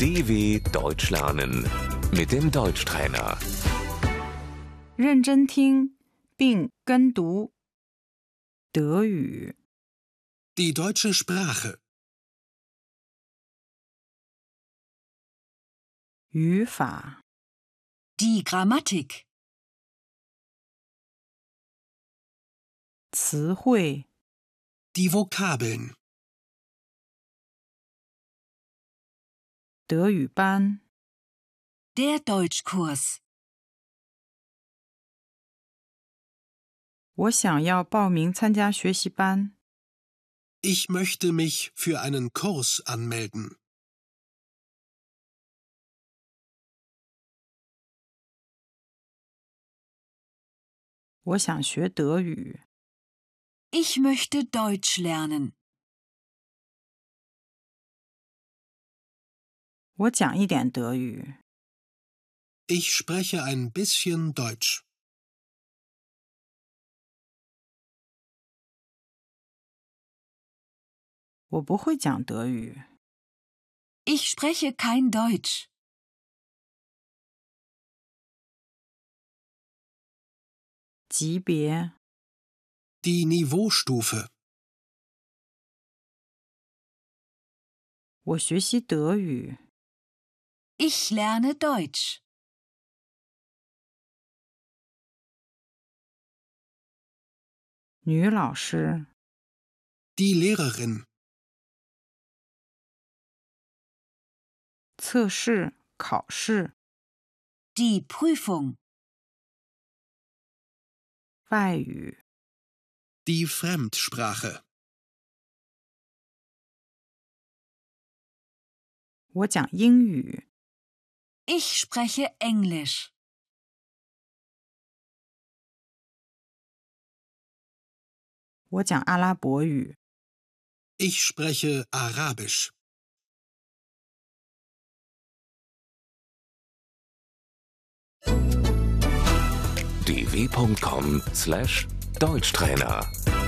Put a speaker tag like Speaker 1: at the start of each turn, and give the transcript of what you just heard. Speaker 1: DW Deutsch lernen mit dem Deutschtrainer.
Speaker 2: 认真听并跟读德语。
Speaker 3: Die deutsche Sprache.
Speaker 2: 语法、
Speaker 4: Die Grammatik,
Speaker 2: 词汇、
Speaker 3: Die Vokabeln.
Speaker 2: 德语班、
Speaker 4: der Deutschkurs.
Speaker 2: 我想要报名参加学习班。
Speaker 3: Ich möchte mich für einen Kurs anmelden.
Speaker 2: 我想学德语。
Speaker 4: Ich möchte Deutsch lernen.
Speaker 2: 我讲一点德语。
Speaker 3: Ich spreche ein bisschen Deutsch.
Speaker 2: 我不会讲德语。
Speaker 4: Ich spreche kein Deutsch.
Speaker 2: 级别、
Speaker 3: Die Niveaustufe.
Speaker 2: 我学习德语。
Speaker 4: Ich lerne Deutsch.
Speaker 2: 女老师、
Speaker 3: Die Lehrerin.
Speaker 2: 测试、考试、
Speaker 4: Die Prüfung,
Speaker 2: 外语、
Speaker 3: Die Fremdsprache.
Speaker 2: 我讲英语。
Speaker 4: ich spreche Englisch.
Speaker 2: 我讲阿拉伯语。
Speaker 3: Ich spreche Arabisch.
Speaker 1: dw.com/deutschtrainer